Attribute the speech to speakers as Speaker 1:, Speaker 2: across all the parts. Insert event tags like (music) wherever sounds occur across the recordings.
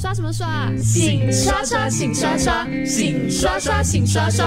Speaker 1: 刷什么刷？
Speaker 2: 醒刷刷，醒刷刷，嗯醒刷刷，醒刷刷。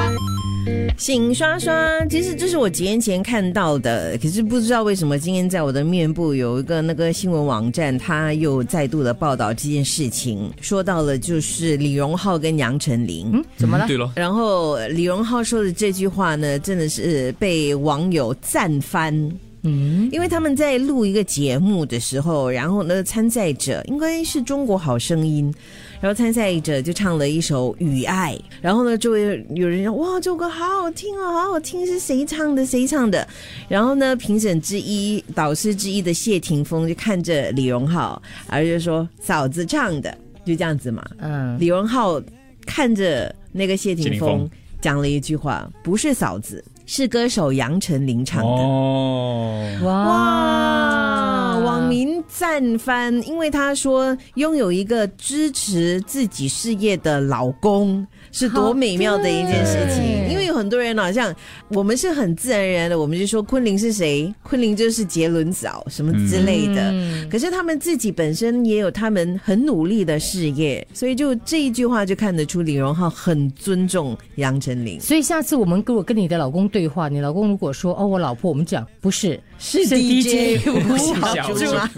Speaker 3: 醒刷刷，其实这是我几年前看到的，可是不知道为什么今天在我的面部有一个那个新闻网站，它又再度的报道这件事情，说到了就是李荣浩跟杨丞琳。
Speaker 2: 嗯怎么了？
Speaker 4: 对咯，
Speaker 3: 然后李荣浩说的这句话呢，真的是被网友赞翻。嗯，因为他们在录一个节目的时候，然后呢，参赛者应该是中国好声音，然后参赛者就唱了一首《雨爱》，然后呢，就有有人说哇，这首歌好好听哦，好好听，是谁唱的？谁唱的？然后呢，评审之一、导师之一的谢霆锋就看着李荣浩，而就说嫂子唱的，就这样子嘛。
Speaker 2: 嗯，
Speaker 3: 李荣浩看着那个谢
Speaker 4: 谢
Speaker 3: 霆
Speaker 4: 霆锋
Speaker 3: 锋，讲了一句话：“不是嫂子，是歌手杨丞琳唱的。
Speaker 4: 哦，
Speaker 3: 哇，网啊民赞翻，因为他说拥有一个支持自己事业的老公是多美妙的一件事
Speaker 2: 好
Speaker 3: 情。
Speaker 2: 对
Speaker 3: 因为有很多人好像我们是很自然而然的，我们就说昆凌是谁，昆凌就是杰伦嫂什么之类的。
Speaker 2: 嗯
Speaker 3: 可是他们自己本身也有他们很努力的事业，所以就这一句话就看得出李荣浩很尊重杨丞琳。
Speaker 2: 所以下次我们如果跟你的老公对话，你老公如果说哦，我老婆，我们讲不是，
Speaker 3: 是
Speaker 2: 是 DJ
Speaker 3: 不是
Speaker 2: 不是
Speaker 3: 小
Speaker 4: 小
Speaker 3: 猪
Speaker 4: 猪
Speaker 3: 吗？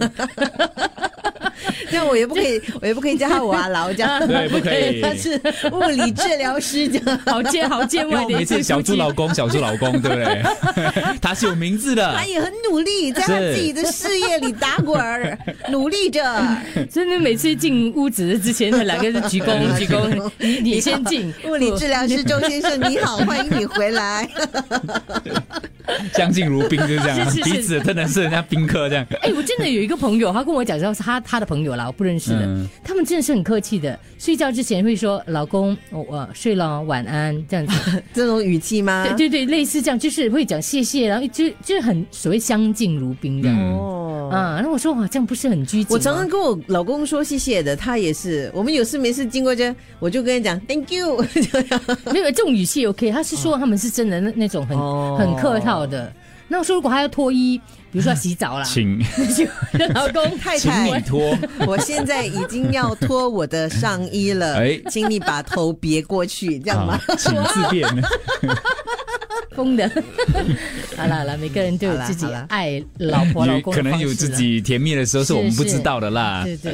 Speaker 3: 那我也不可以，我也不可以叫他
Speaker 4: (laughs)
Speaker 3: 我阿劳这样，
Speaker 4: 对不可以
Speaker 2: (laughs)
Speaker 4: 啊
Speaker 3: 他是物理治疗师这
Speaker 4: (laughs)
Speaker 3: 样，
Speaker 2: 好见好见
Speaker 4: 因为
Speaker 2: 外
Speaker 4: 我
Speaker 2: 的
Speaker 4: 每
Speaker 2: 一
Speaker 4: 次
Speaker 2: 次
Speaker 4: 小猪老公，小猪老公，
Speaker 2: (laughs)
Speaker 4: 对不对？他是有名字的
Speaker 2: 哎
Speaker 3: 他，也很努力，在他
Speaker 4: 是
Speaker 3: 自己的事业里打滚儿，努力着。
Speaker 2: 真的每次进屋子之前，两个人鞠躬鞠躬，你你先进，
Speaker 3: 物理治疗师周先生，你好，欢迎你回来。
Speaker 4: 相敬如宾，就是这样啊
Speaker 2: 是是，是
Speaker 4: 彼此真的是人家宾客这样。
Speaker 2: 哎、我真的有一个朋友，他跟我讲说是他他的朋友啦，我不认识的，
Speaker 4: 嗯
Speaker 2: 他们真的是很客气的，睡觉之前会说老公，我、我睡了哦，晚安这样子，
Speaker 3: 这种语气吗？
Speaker 2: 对对对，类似这样，就是会讲谢谢，然后就就是很所谓相敬如宾这样。
Speaker 4: 嗯，
Speaker 3: 哦。
Speaker 2: 啊，那我说哇，这样不是很拘谨吗？
Speaker 3: 我常常跟我老公说谢谢的，他也是。我们有事没事经过这，我就跟他讲 Thank you，就这样
Speaker 2: 没有这种语气 OK，他是说他们是真的那那种很、
Speaker 3: 哦
Speaker 2: 很客套的。那我说如果他要脱衣，比如说要洗澡啦，
Speaker 4: 请
Speaker 2: (laughs) 那老公
Speaker 3: 太
Speaker 4: 请
Speaker 3: 太
Speaker 4: 你，脱，
Speaker 3: 我现在已经要脱我的上衣了，
Speaker 4: 哎
Speaker 3: 请你把头别过去，这样吗？
Speaker 4: 啊请自便。
Speaker 2: 疯的。好啦好啦，每个人都有
Speaker 3: 好啦
Speaker 2: 自己
Speaker 3: 好啦
Speaker 2: 爱老婆老
Speaker 4: 有
Speaker 2: 公的
Speaker 4: 可能
Speaker 2: 方
Speaker 4: 有
Speaker 2: 式
Speaker 4: 自啊
Speaker 2: 啦，
Speaker 4: 己甜蜜的时候，是我们不知道的啦。
Speaker 2: 对对。